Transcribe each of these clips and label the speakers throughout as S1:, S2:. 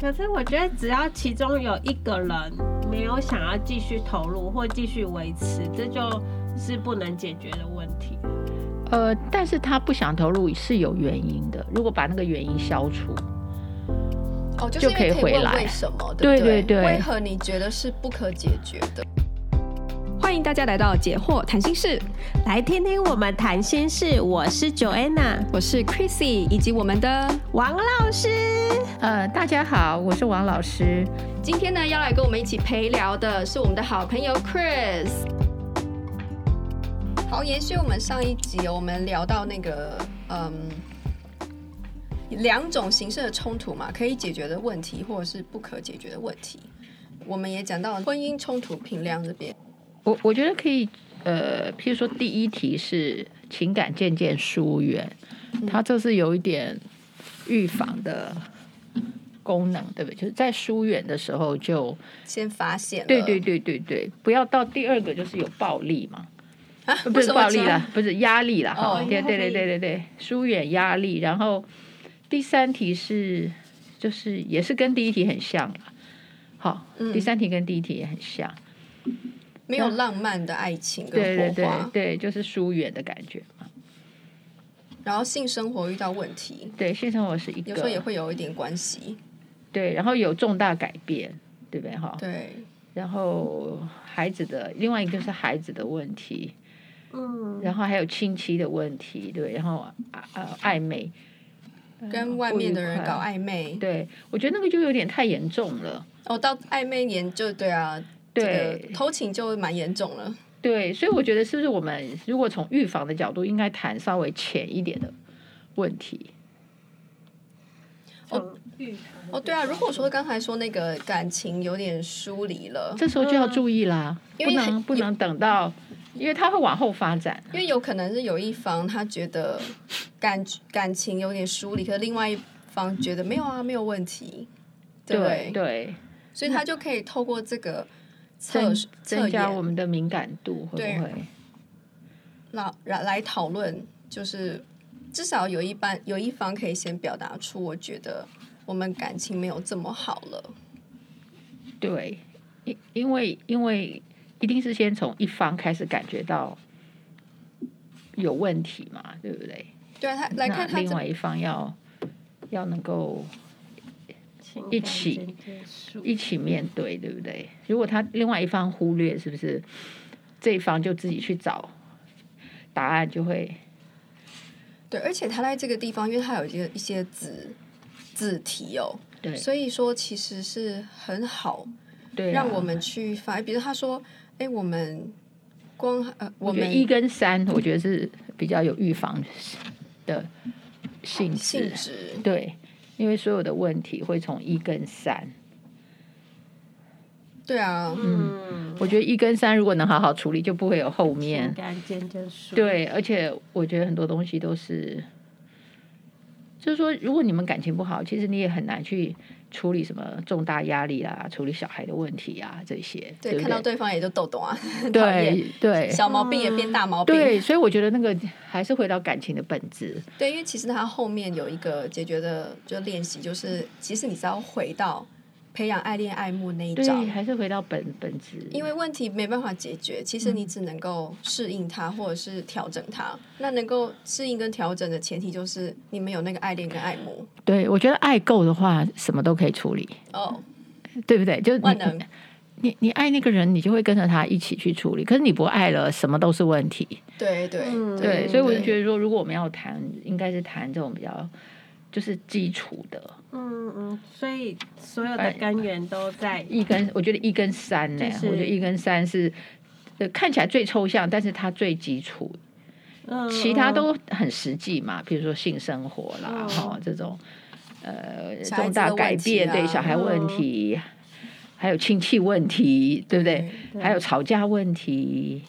S1: 可是我觉得，只要其中有一个人没有想要继续投入或继续维持，这就是不能解决的问题。
S2: 呃，但是他不想投入是有原因的，如果把那个原因消除，
S3: 哦，就是因为
S2: 就可以回
S3: 问
S2: 来
S3: 为什么？
S2: 对
S3: 不
S2: 对
S3: 对
S2: 对
S3: 为何你觉得是不可解决的？
S4: 欢迎大家来到解惑谈心室，
S1: 来听听我们谈心事，我是 Joanna
S4: 我是 Chrissy，以及我们的
S1: 王老师。
S2: 呃，大家好，我是王老师。
S4: 今天呢要来跟我们一起陪聊的是我们的好朋友 Chris。
S3: 好，延续我们上一集，我们聊到那个嗯，两种形式的冲突嘛，可以解决的问题，或者是不可解决的问题。我们也讲到了婚姻冲突评量这边，
S2: 我我觉得可以，呃，譬如说第一题是情感渐渐疏远，它这是有一点预防的功能，对不对？就是在疏远的时候就，
S3: 先发现了，
S2: 对对对对对，不要到第二个就是有暴力嘛，
S3: 啊，
S2: 呃不是
S3: 为什么
S2: 暴力
S3: 这样
S2: 啦，不是压力啦，哈、
S3: 哦
S2: 对对
S1: 压
S2: 对
S1: 力
S2: 对对对，疏远压力。然后第三题是，就是也是跟第一题很像啦，好，
S3: 嗯
S2: 第三题跟第一题也很像，
S3: 没有浪漫的爱情跟
S2: 对
S3: 火
S2: 对
S3: 花，
S2: 对对，就是疏远的感觉嘛。
S3: 然后性生活遇到问题，
S2: 对，性生活是一个，
S3: 有时候也会有一点关系，
S2: 对，然后有重大改变，对不对哈？
S3: 对，
S2: 然后孩子的另外一个就是孩子的问题，
S1: 嗯，
S2: 然后还有亲戚的问题，对不对，然后啊啊暧昧，呃
S3: 跟外面的人搞，
S2: 不愉
S3: 暧昧
S2: 快，对我觉得那个就有点太严重了，
S3: 哦，到暧昧年就对啊，
S2: 对、
S3: 这个偷情就蛮严重了，
S2: 对，所以我觉得是不是我们如果从预防的角度，应该谈稍微浅一点的问题，
S3: 哦哦，对啊，如果说刚才说那个感情有点疏离了，
S2: 这时候就要
S1: 嗯
S2: 注意啦，
S3: 因
S2: 不
S3: 为
S2: 能
S3: 很
S2: 不
S3: 有
S2: 能等到，因为它会往后发展。
S3: 因为有可能是有一方他觉得感感情有点疏离，可是另外一方觉得没有啊，没有问题，对不
S2: 对
S3: 对？
S2: 对，
S3: 所以他就可以透过这个测
S2: 增
S3: 测
S2: 增加我
S3: 验，
S2: 们的敏感度，会
S3: 对
S2: 不会？
S3: 那来来讨论，就是至少有一半有一方可以先表达出，我觉得我们感情没有这么好了，
S2: 对，因因为因为一定是先从一方开始感觉到有问题嘛，对不对？
S3: 对啊，他来看
S2: 那
S3: 他
S2: 另
S3: 怎么
S2: 外一方要要能够一起
S1: 情感渐渐疏
S2: 一起面对，对不对？如果他另外一方忽略，是不是这一方就自己去找答案，就会
S3: 对，而且他在这个地方，因为他有一个一些子子题哦，
S2: 对
S3: 所以说其实是很好
S2: 对啊、
S3: 让我们去发，比如他说，哎、我们光呃，我
S2: 我觉得
S3: 们
S2: 一跟三，我觉得是比较有预防的性
S3: 性
S2: 质，
S3: 质，
S2: 对，因为所有的问题会从一跟三。
S3: 对啊，
S1: 嗯，
S2: 我觉得一跟三如果能好好处理，就不会有后面
S1: 情。感渐渐疏。，
S2: 对，而且我觉得很多东西都是，就是说，如果你们感情不好，其实你也很难去处理什么重大压力啦，处理小孩的问题啊这些，
S3: 对，
S2: 对不
S3: 看到对方也就逗懂啊， 很讨厌，
S2: 对对
S3: 小毛病也变大毛病，
S2: 对，所以我觉得那个还是回到感情的本质。
S3: 对，因为其实他后面有一个解决的就练习，就是其实你只要回到培养爱恋爱慕那一
S2: 对，
S3: 招。
S2: 还是回到本本质。
S3: 因为问题没办法解决，其实你
S2: 嗯
S3: 只能够适应它，或者是调整它。那能够适应跟调整的前提就是你们有那个爱恋跟爱慕
S2: 对我觉得爱够的话，什么都可以处理，
S3: 哦，
S2: 对不对？就
S3: 万
S2: 你
S3: 能。
S2: 你你爱那个人，你就会跟着他一起去处理。可是你不爱了，什么都是问题。
S3: 对对
S1: 嗯
S2: 对，
S1: 嗯
S2: 所以我就
S3: 对
S2: 觉得说，如果我们要谈，应该是谈这种比较就是基础的
S1: 嗯嗯，所以所有的根源都在
S2: 一跟，我觉得一跟三呢、
S1: 就是
S2: 我觉得一跟三是。呃，看起来最抽象，但是它最基础，
S1: 嗯
S2: 其他都很实际嘛，比如说性生活啦，
S1: 嗯
S2: 哈、这种，呃，
S3: 小孩
S2: 重
S3: 子
S2: 大
S3: 的
S2: 改
S3: 问题
S2: 变，
S3: 啊
S2: 对小孩问题，还有亲戚问题，对不对？
S1: 对
S2: 还有吵架问题，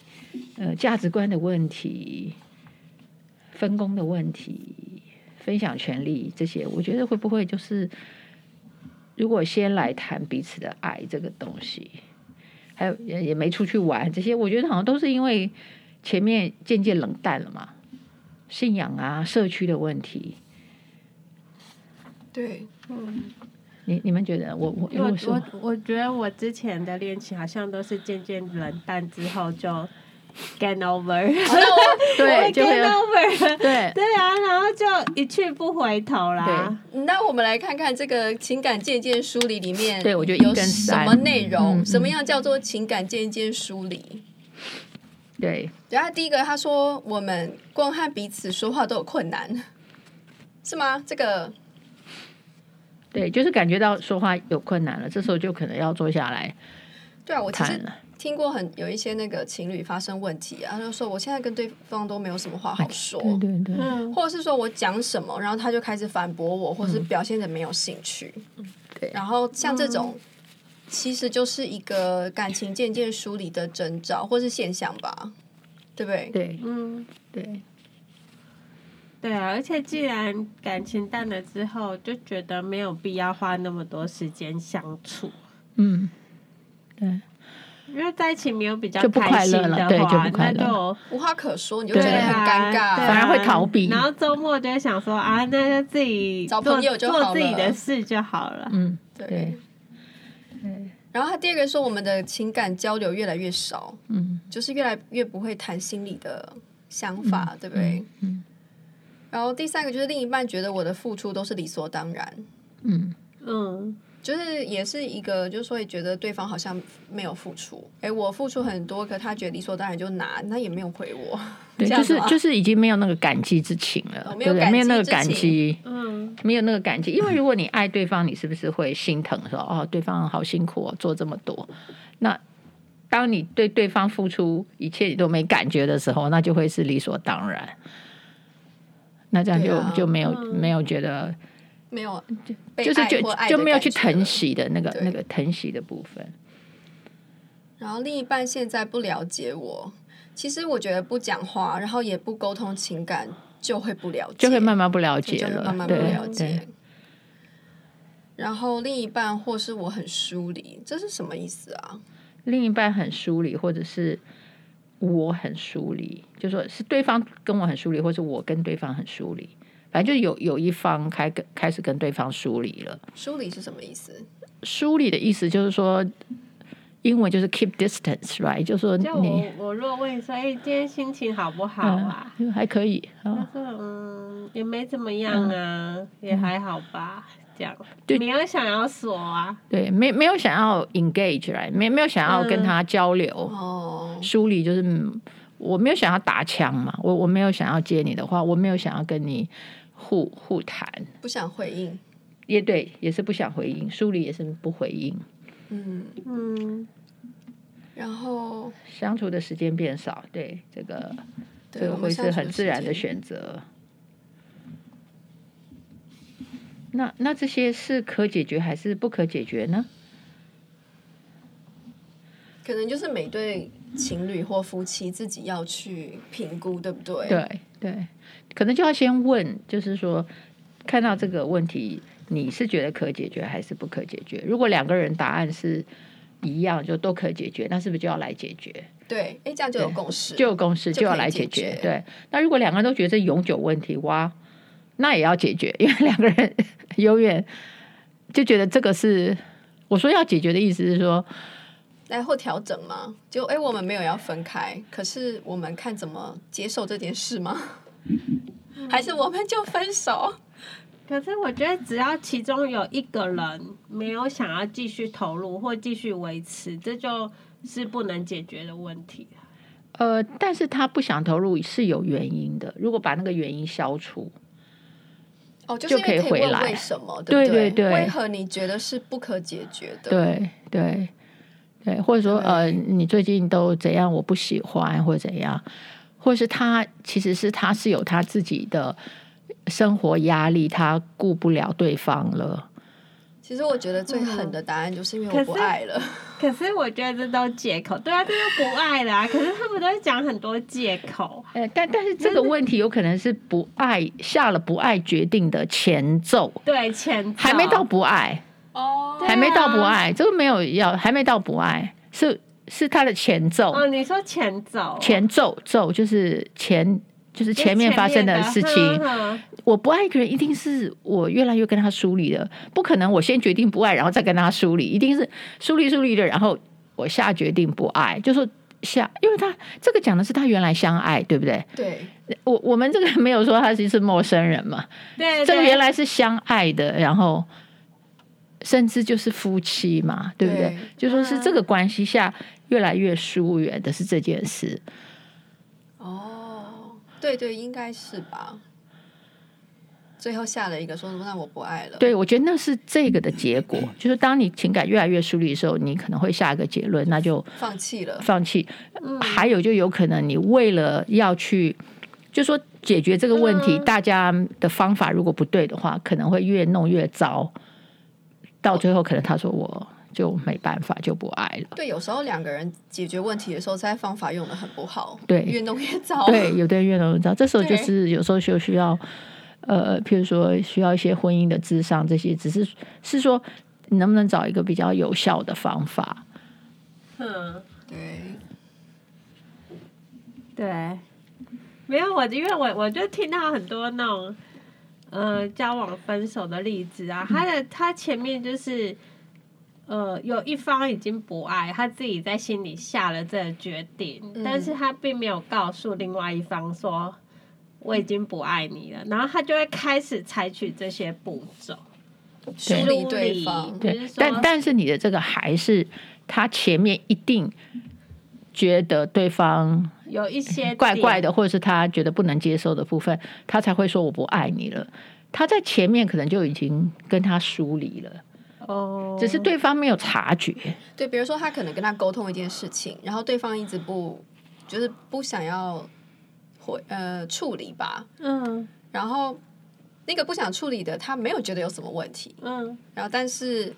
S2: 呃，价值观的问题，分工的问题，分享权利这些，我觉得会不会就是，如果先来谈彼此的爱这个东西，还有也也没出去玩这些，我觉得好像都是因为前面渐渐冷淡了嘛，信仰啊、社区的问题，
S3: 对，
S1: 嗯
S2: 你你们觉得我我如
S1: 我
S2: 果说
S1: 我我觉得我之前的恋情好像都是渐渐冷淡之后就 get over，
S2: 对就会
S1: get
S2: 有
S1: over，
S2: 对
S1: 对啊，然后就一去不回头啦。
S3: 那我们来看看这个情感借鉴梳理里面，
S2: 对我觉得一
S3: 有
S2: 跟
S3: 什
S2: 三
S3: 么内容？
S2: 嗯
S3: 什么样叫做情感借鉴梳理？
S2: 对
S3: 然后第一个，他说我们光和彼此说话都有困难， 是吗？这个
S2: 对，就是感觉到说话有困难了，这时候就可能要坐下来
S3: 对啊，我其
S2: 谈
S3: 实
S2: 了。
S3: 听过很有一些那个情侣发生问题啊，他就说我现在跟对方都没有什么话好说，
S2: 哎对对对，嗯
S1: 嗯，
S3: 或者是说我讲什么，然后他就开始反驳我，或是表现的没有兴趣。
S2: 对
S3: 然后像这种，其实就是一个感情渐渐疏离的征兆或是现象吧，对不对？
S2: 对
S1: 嗯，
S2: 对
S1: 对啊，而且既然感情淡了之后，就觉得没有必要花那么多时间相处，
S2: 嗯，
S3: 啊
S2: 对
S1: 因为在一起没有比较
S2: 就不
S1: 开
S2: 快
S1: 心的
S2: 乐了
S1: 话，
S2: 对就不快
S1: 那
S2: 乐
S1: 就
S3: 无话可说，你就觉得
S2: 对
S3: 很尴尬。
S1: 对啊
S2: 反而会逃避
S1: 然后周末就会想说啊，那就自己
S3: 找
S1: 做
S3: 朋友就好
S1: 做自己
S3: 了
S1: 的事就好了。
S2: 嗯
S3: 对
S2: 对对
S3: 然后他第二个说，我们的情感交流越来越少，
S2: 嗯
S3: 就是越来越不会谈心里的想法，对不对？
S2: 嗯
S3: 然后第三个就是另一半觉得我的付出都是理所当然，
S2: 嗯
S1: 嗯，
S3: 就是也是一个，就是说也觉得对方好像没有付出，哎，我付出很多，可他觉得理所当然就拿，那也没有回我，
S2: 对，
S3: 这
S2: 就
S3: 样
S2: 是
S3: 吗
S2: 就是已经没有那个感激之情了
S3: 哦，
S2: 对
S3: 没有
S2: 不对？
S3: 感
S2: 没有
S3: 激
S2: 那个
S3: 之
S2: 感
S3: 情
S2: 激，
S1: 嗯，
S2: 没有那个感激，因为如果你爱对方，你是不是会心疼说哦，对方好辛苦哦，做这么多？那当你对对方付出一切你都没感觉的时候，那就会是理所当然。那这样就、
S3: 对啊
S2: 就没有、
S1: 嗯
S2: 没有觉得，
S3: 没有被
S2: 就是
S3: 爱
S2: 就
S3: 或爱的
S2: 就没有
S3: 感
S2: 去
S3: 觉
S2: 疼
S3: 了。
S2: 惜的那个
S3: 对
S2: 那个疼惜的部分。
S3: 然后另一半现在不了解我，其实我觉得不讲话，然后也不沟通情感，就会不了解，
S2: 就会慢慢不了
S3: 对
S2: 解
S3: 就会
S2: 了，
S3: 慢慢不
S2: 对
S3: 了
S2: 对
S3: 解。然后另一半或是我很疏离，这是什么意思啊？
S2: 另一半很疏离，或者是我很疏离，就说是对方跟我很疏离，或是我跟对方很疏离，反正就有有一方开跟开始跟对方疏离了。
S3: 疏离是什么意思？
S2: 疏离的意思就是说，英文就是 keep distance，right？就是说
S1: 就
S2: 你
S1: 我我若问你说，哎、今天心情好不好啊？
S2: 嗯还可以啊、
S1: 他说，嗯，也没怎么样啊，也还好吧，这样。
S2: 嗯对
S1: 没有想要锁啊，
S2: 对，没没有想要 engage 来，没没有想要
S3: 嗯
S2: 跟他交流。
S3: 哦，
S2: 疏离就是、嗯我没有想要打枪嘛，我我没有想要接你的话，我没有想要跟你互互谈。
S3: 不想回应，
S2: 也对，也是不想回应，疏离也是不回应，
S3: 嗯。
S1: 嗯，
S3: 然后
S2: 相处的时间变少，对这个这
S3: 对，
S2: 个
S3: 我们
S2: 会
S3: 相
S2: 是
S3: 处
S2: 很自然的
S3: 时间。
S2: 选择。那那这些是可解决还是不可解决呢？
S3: 可能就是每对情侣或夫妻自己要去评估，对不对？，
S2: 对对，可能就要先问，就是说看到这个问题，你是觉得可解决还是不可解决？如果两个人答案是一样，就都可解决，那是不是就要来解决？
S3: 对，哎，这样就有
S2: 对
S3: 共识。
S2: 就有共识
S3: 就
S2: 就
S3: 可
S2: 要
S3: 以
S2: 来
S3: 解
S2: 解
S3: 决
S2: 决。对，那如果两个人都觉得这永久问题，哇，那也要解决，因为两个人永远就觉得这个是我说要解决的意思是说，
S3: 来或调整吗？就哎，我们没有要分开，可是我们看怎么接受这件事吗？ 还是我们就分手？
S1: 可是我觉得，只要其中有一个人没有想要继续投入或继续维持，这就是不能解决的问题。
S2: 呃，但是他不想投入是有原因的。如果把那个原因消除，
S3: 哦，就是因
S2: 就可以
S3: 为可以
S2: 回
S3: 问
S2: 来
S3: 为什么，对不
S2: 对对对
S3: 为何你觉得是不可解决的？
S2: 对对对，或者说
S3: 对
S2: 呃，你最近都怎样，我不喜欢或者怎样，或是他其实是他是有他自己的生活压力，他顾不了对方了。
S3: 其实我觉得最狠的答案就是因为
S1: 可是
S3: 我不爱了。
S1: 可是我觉得这都借口，对啊，这就不爱了啊。 可是他们都会讲很多借口，
S2: 呃，但但是这个问题有可能是不爱下了不爱决定的前奏，
S1: 对，前
S2: 还没到
S1: 兆
S2: 不爱，
S3: 哦
S1: 对啊
S2: 还没到不爱，这个没有要，还没到不爱，是是他的前奏，
S1: 哦，你说前走
S2: 前奏奏就是前就是前面发生的事情，
S1: 哈哈
S2: 我不爱一个人，一定是我越来越跟他疏离了，不可能我先决定不爱，然后再跟他疏离，一定是疏离疏离的，然后我下决定不爱，就说下，因为他这个讲的是他原来相爱，对不对？
S3: 对，
S2: 我我们这个没有说他是是陌生人嘛，
S1: 对，
S2: 这个
S1: 对
S2: 原来是相爱的，然后甚至就是夫妻嘛，对不对？
S3: 对
S2: 就说是这个关系下越来越疏远的是这件事，
S3: 哦，对对，应该是吧。最后下了一个说，那我不爱了。
S2: 对，我觉得那是这个的结果，就是当你情感越来越疏离的时候，你可能会下一个结论，那就
S3: 放弃了。
S2: 放弃。
S3: 嗯
S2: 还有就有可能你为了要去，就说解决这个问题，
S1: 嗯
S2: 大家的方法如果不对的话，可能会越弄越糟，到最后可能他说我就没办法，就不爱了。
S3: 对，有时候两个人解决问题的时候，在方法用的很不好，
S2: 对
S3: 越弄越糟。
S2: 对，有的人越弄越糟。这时候就
S3: 对
S2: 是有时候就需要，呃，譬如说需要一些婚姻的智商这些，只是是说你能不能找一个比较有效的方法？
S1: 嗯，
S3: 对
S1: 对，没有我，因为我我就听到很多那种，呃，交往分手的例子啊，他的他前面就是，呃，有一方已经不爱，他自己在心里下了这个决定，但是他并没有告诉另外一方说我已经不爱你了，然后他就会开始采取这些步骤，
S3: 疏
S1: 疏
S3: 离对方
S1: 就
S2: 对
S1: 是，说
S2: 但但是你的这个还是他前面一定觉得对方
S1: 有一些
S2: 怪怪
S1: 的，
S2: 的，或者是他觉得不能接受的部分，他才会说我不爱你了。他在前面可能就已经跟他疏离了，
S1: 哦，
S2: 只是对方没有察觉。
S3: 对，比如说他可能跟他沟通一件事情，然后对方一直不就是不想要回呃处理吧，
S1: 嗯
S3: 然后那个不想处理的他没有觉得有什么问题，
S1: 嗯
S3: 然后但是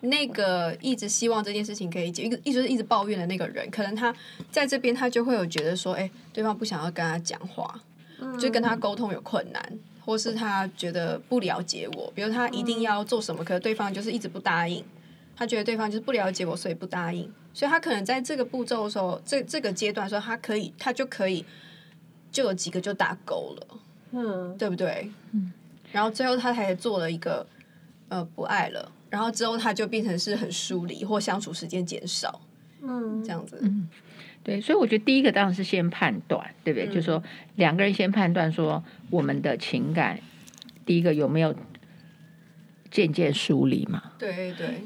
S3: 那个一直希望这件事情可以解，一个一直一直抱怨的那个人，可能他在这边他就会有觉得说，哎，对方不想要跟他讲话，
S1: 嗯，
S3: 就跟他沟通有困难，或是他觉得不了解我，比如他一
S1: 嗯
S3: 定要做什么，可是对方就是一直不答应，他觉得对方就是不了解我，所以不答应，所以他可能在这个步骤的时候，这这个阶段的时候，他可以，他就可以就有几个就打勾了，
S1: 嗯
S3: 对不对？然后最后他才做了一个呃不爱了，然后之后他就变成是很疏离或相处时间减少
S1: 嗯
S3: 这样子，
S2: 对，所以我觉得第一个当然是先判断，
S1: 嗯
S2: 对不对？就是说两个人先判断说我们的情感，第一个有没有渐渐疏离嘛？
S3: 对对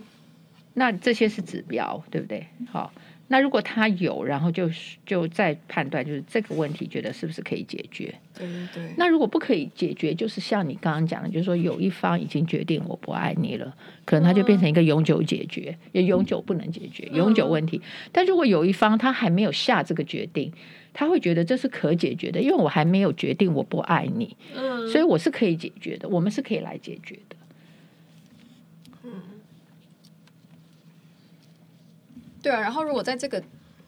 S2: 那这些是指标，对不对？好，那如果他有，然后就是就再判断，就是这个问题觉得是不是可以解决？
S3: 对对对，
S2: 那如果不可以解决，就是像你刚刚讲的，就是说有一方已经决定我不爱你了，可能他就变成一个永久解决，也永久不能解决，永久问题。但如果有一方他还没有下这个决定，他会觉得这是可解决的，因为我还没有决定我不爱你，
S1: 嗯，
S2: 所以我是可以解决的，我们是可以来解决的。
S3: 对啊。然后如果在这个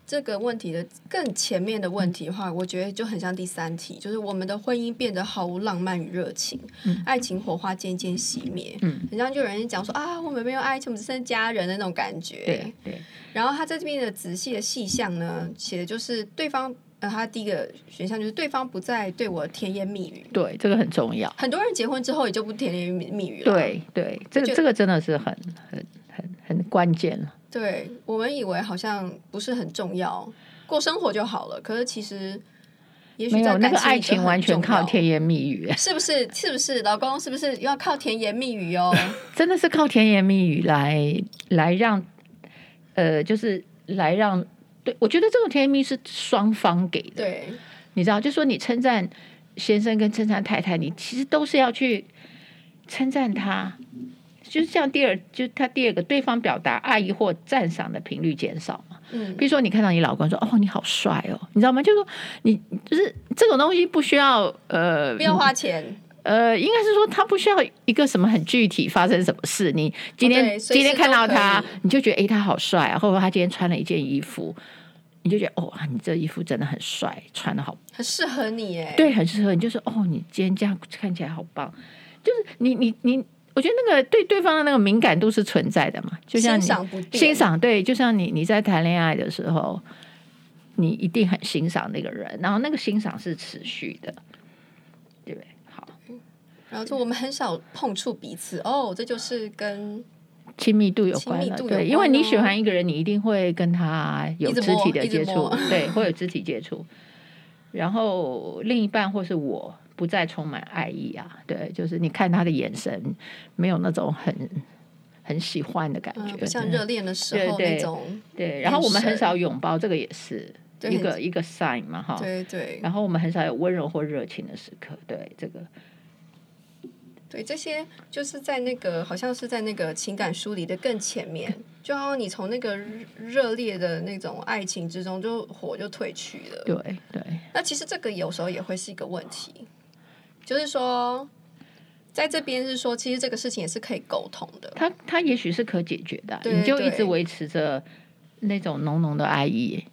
S3: 这个问题的更前面的问题的话，我觉得就很像第三题，就是我们的婚姻变得毫无浪漫与热情，爱情火花渐渐熄灭，
S2: 嗯
S3: 很像就有人讲说啊，我们没有爱情，我们只剩家人的那种感觉，
S2: 对对，
S3: 然后他在这边的仔细的细项呢，写的就是对方，呃，他第一个选项就是对方不再对我甜言蜜语。
S2: 对，这个很重要。
S3: 很多人结婚之后也就不甜言蜜语了。
S2: 对对，这个
S3: 就
S2: 这个真的是很很很很关键了。
S3: 对，我们以为好像不是很重要，过生活就好了。可是其实，也许
S2: 没
S3: 在
S2: 有那
S3: 感
S2: 个
S3: 情
S2: 爱
S3: 里就
S2: 情
S3: 很
S2: 完全
S3: 重
S2: 靠
S3: 要
S2: 甜言蜜语，
S3: 是不是？是不是？老公是不是要靠甜言蜜语哦？
S2: 真的是靠甜言蜜语来来让，呃，就是来让。对，我觉得这种甜言蜜语是双方给的，
S3: 对
S2: 你知道，就说你称赞先生跟称赞太太，你其实都是要去称赞他，就是像第二，就他第二个，对方表达爱意或赞赏的频率减少嘛。
S3: 嗯
S2: 比如说你看到你老公说：“哦，你好帅哦”，你知道吗？就是说你就是这种东西不需要呃
S3: 不要花钱。
S2: 呃，应该是说他不需要一个什么很具体发生什么事。你今天、
S3: 哦对随
S2: 今天
S3: 时
S2: 看
S3: 都
S2: 到
S3: 可
S2: 他
S3: 以，
S2: 你就觉得诶，他好帅啊，或者他今天穿了一件衣服，你就觉得哦啊，你这衣服真的很帅，穿的好，
S3: 很适合你耶，
S2: 对，很适合你。就是哦，你今天这样看起来好棒，就是你你你，我觉得那个对对方的那个敏感度是存在的嘛，就像
S3: 欣
S2: 你
S3: 赏不变
S2: 欣赏对，就像你你在谈恋爱的时候，你一定很欣赏那个人，然后那个欣赏是持续的，对不对？好，
S3: 然后就我们很少碰触彼此哦，这就是跟
S2: 亲密度有关
S3: 亲
S2: 了，
S3: 密度有
S2: 对，
S3: 关
S2: 因为你
S3: 哦
S2: 喜欢一个人，你一定会跟他有
S3: 一直
S2: 肢
S3: 摸
S2: 体的
S3: 一直
S2: 接触
S3: 摸，
S2: 对，会有肢体接触。然后另一半或是我不再充满爱意啊，对，就是你看他的眼神，没有那种很很喜欢的感
S3: 嗯、
S2: 觉，
S3: 不像
S2: 嗯
S3: 热恋的时候
S2: 对对
S3: 那种，
S2: 对。然后我们很
S3: 眼神
S2: 少拥抱，这个也是
S3: 对
S2: 一个一个 sign 嘛，哈，
S3: 对对
S2: 然后我们很少有温柔或热情的时刻，对这个，
S3: 对，这些就是在那个好像是在那个情感梳理的更前面，就好像你从那个热热烈的那种爱情之中，就火就退去了。
S2: 对对，
S3: 那其实这个有时候也会是一个问题，就是说，在这边是说，其实这个事情也是可以沟通的。
S2: 他他也许是可解决的啊，
S3: 对
S2: 你就一
S3: 对
S2: 直维持着那种浓浓的爱意，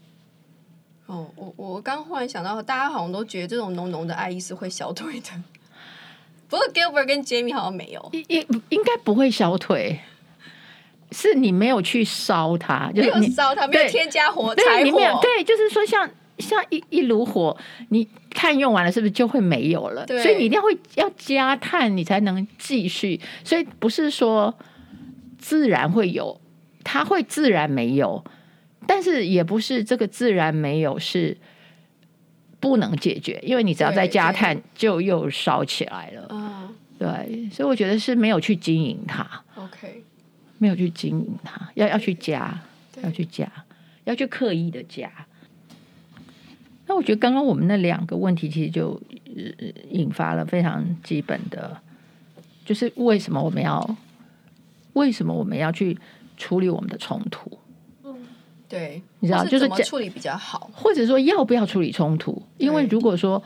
S3: 哦，我我刚忽然想到，大家好像都觉得这种浓浓的爱意是会消退的，不过 Gilbert 跟 Jamie 好像没有，
S2: 应应应该不会消退，是你没有去烧它，就
S3: 没
S2: 是
S3: 有
S2: 你
S3: 烧它，没有
S2: 对
S3: 添加火
S2: 对
S3: 柴
S2: 你没有
S3: 火，
S2: 对，就是说像像一一炉火，你看用完了是不是就会没有了？
S3: 对
S2: 所以你一定要会要加炭，你才能继续。所以不是说自然会有，它会自然没有，但是也不是这个自然没有是。不能解决，因为你只要
S3: 对
S2: 再加
S3: 对
S2: 炭，就又烧起来了。
S3: 嗯
S2: 对，所以我觉得是没有去经营它，
S3: ，OK，
S2: 没有去经营它，要要去加，
S3: 对
S2: 要去加，要去刻意的加。那我觉得刚刚我们那两个问题，其实就、呃引发了非常基本的，就是为什么我们要，为什么我们要去处理我们的冲突，
S3: 对，
S2: 你知道
S3: 或
S2: 啊就是
S3: 怎么
S2: 这
S3: 处理比较好，
S2: 或者说要不要处理冲突？因为
S3: 对
S2: 如果说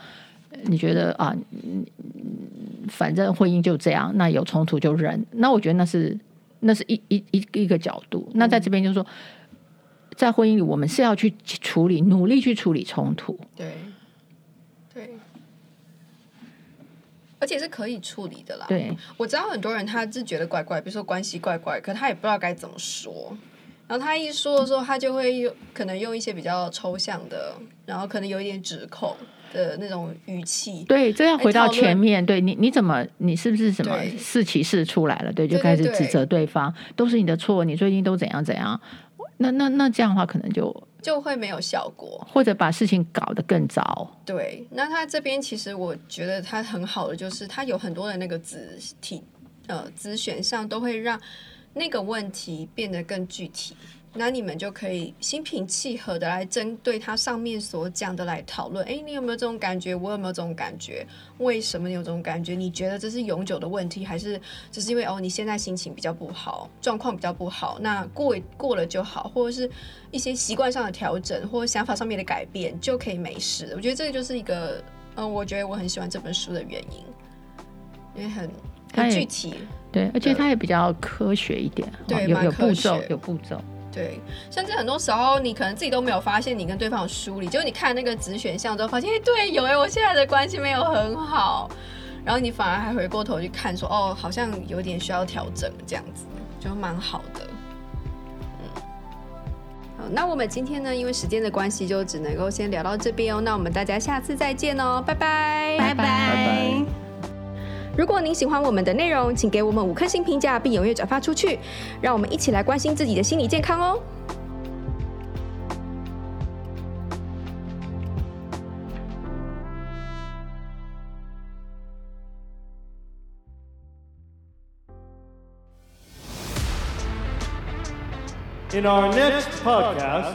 S2: 呃你觉得啊，嗯嗯反正婚姻就这样，那有冲突就忍，那我觉得那是那是一一一一个角度。那在这边就是说，在婚姻里，我们是要去处理，努力去处理冲突。
S3: 对，对，而且是可以处理的啦。
S2: 对，
S3: 我知道很多人他是觉得怪怪，比如说关系怪怪，可他也不知道该怎么说。然后他一说的时候，他就会用可能用一些比较抽象的，然后可能有一点指控的那种语气。
S2: 对，这要回
S3: 哎
S2: 到
S3: 讨论
S2: 前面，对你你怎么你是不是什么
S3: 对
S2: 是其是出来了？对，就
S3: 对
S2: 开始
S3: 对
S2: 指
S3: 对
S2: 责对方，都是你的错，你最近都怎样怎样。那那那这样的话，可能就
S3: 就会没有效果。
S2: 或者把事情搞得更糟。
S3: 对，那他这边其实我觉得他很好的就是，他有很多的那个子体呃咨询上都会让那个问题变得更具体。那你们就可以心平气和的来针对他上面所讲的来讨论。诶，你有没有这种感觉？我有没有这种感觉？为什么你有这种感觉？你觉得这是永久的问题，还是只是因为哦你现在心情比较不好，状况比较不好？那过过了就好，或者是一些习惯上的调整，或者想法上面的改变，就可以没事了。我觉得这个就是一个，嗯，我觉得我很喜欢这本书的原因，因为很
S2: 它
S3: 很
S2: 也
S3: 具体。
S2: 对，而且它也比较科学一点，
S3: 对
S2: 哦有
S3: 蛮
S2: 有
S3: 科
S2: 步骤
S3: 学，
S2: 有步骤。
S3: 对，甚至很多时候你可能自己都没有发现你跟对方有疏离，就是你看那个子选项之后发现，哎、对，有哎、我现在的关系没有很好，然后你反而还回过头去看说，哦，好像有点需要调整，这样子就蛮好的。嗯，好，那我们今天呢，因为时间的关系，就只能够先聊到这边哦。那我们大家下次再见哦，拜拜，
S4: 拜拜。
S3: 如果您喜欢我们的内容，请给我们五颗星评价，并踊跃转发出去，让我们一起来关心自己的心理健康哦。
S5: In our next podcast,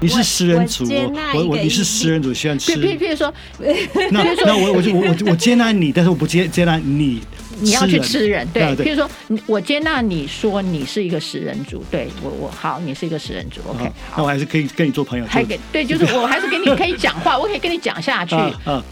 S6: 你是食人族，
S1: 我接纳
S6: 我
S1: 一
S6: 我
S1: 个
S6: 你是
S1: 异
S6: 食人族，喜欢吃
S2: 譬。譬譬如说，
S6: 那那我我就我我我接纳你，但是我不接接纳你。
S2: 你要去吃人，对
S6: 啊，
S2: 譬
S6: 对
S2: 如说，你我接纳你说你是一个食人族，对我我好，你是一个食人族，OK，
S6: 啊那
S2: 好
S6: 我，还是可以跟你做朋友。
S2: 还
S6: 就
S2: 给对，就是我还是跟你可以讲话，我可以跟你讲下去，
S6: 啊啊，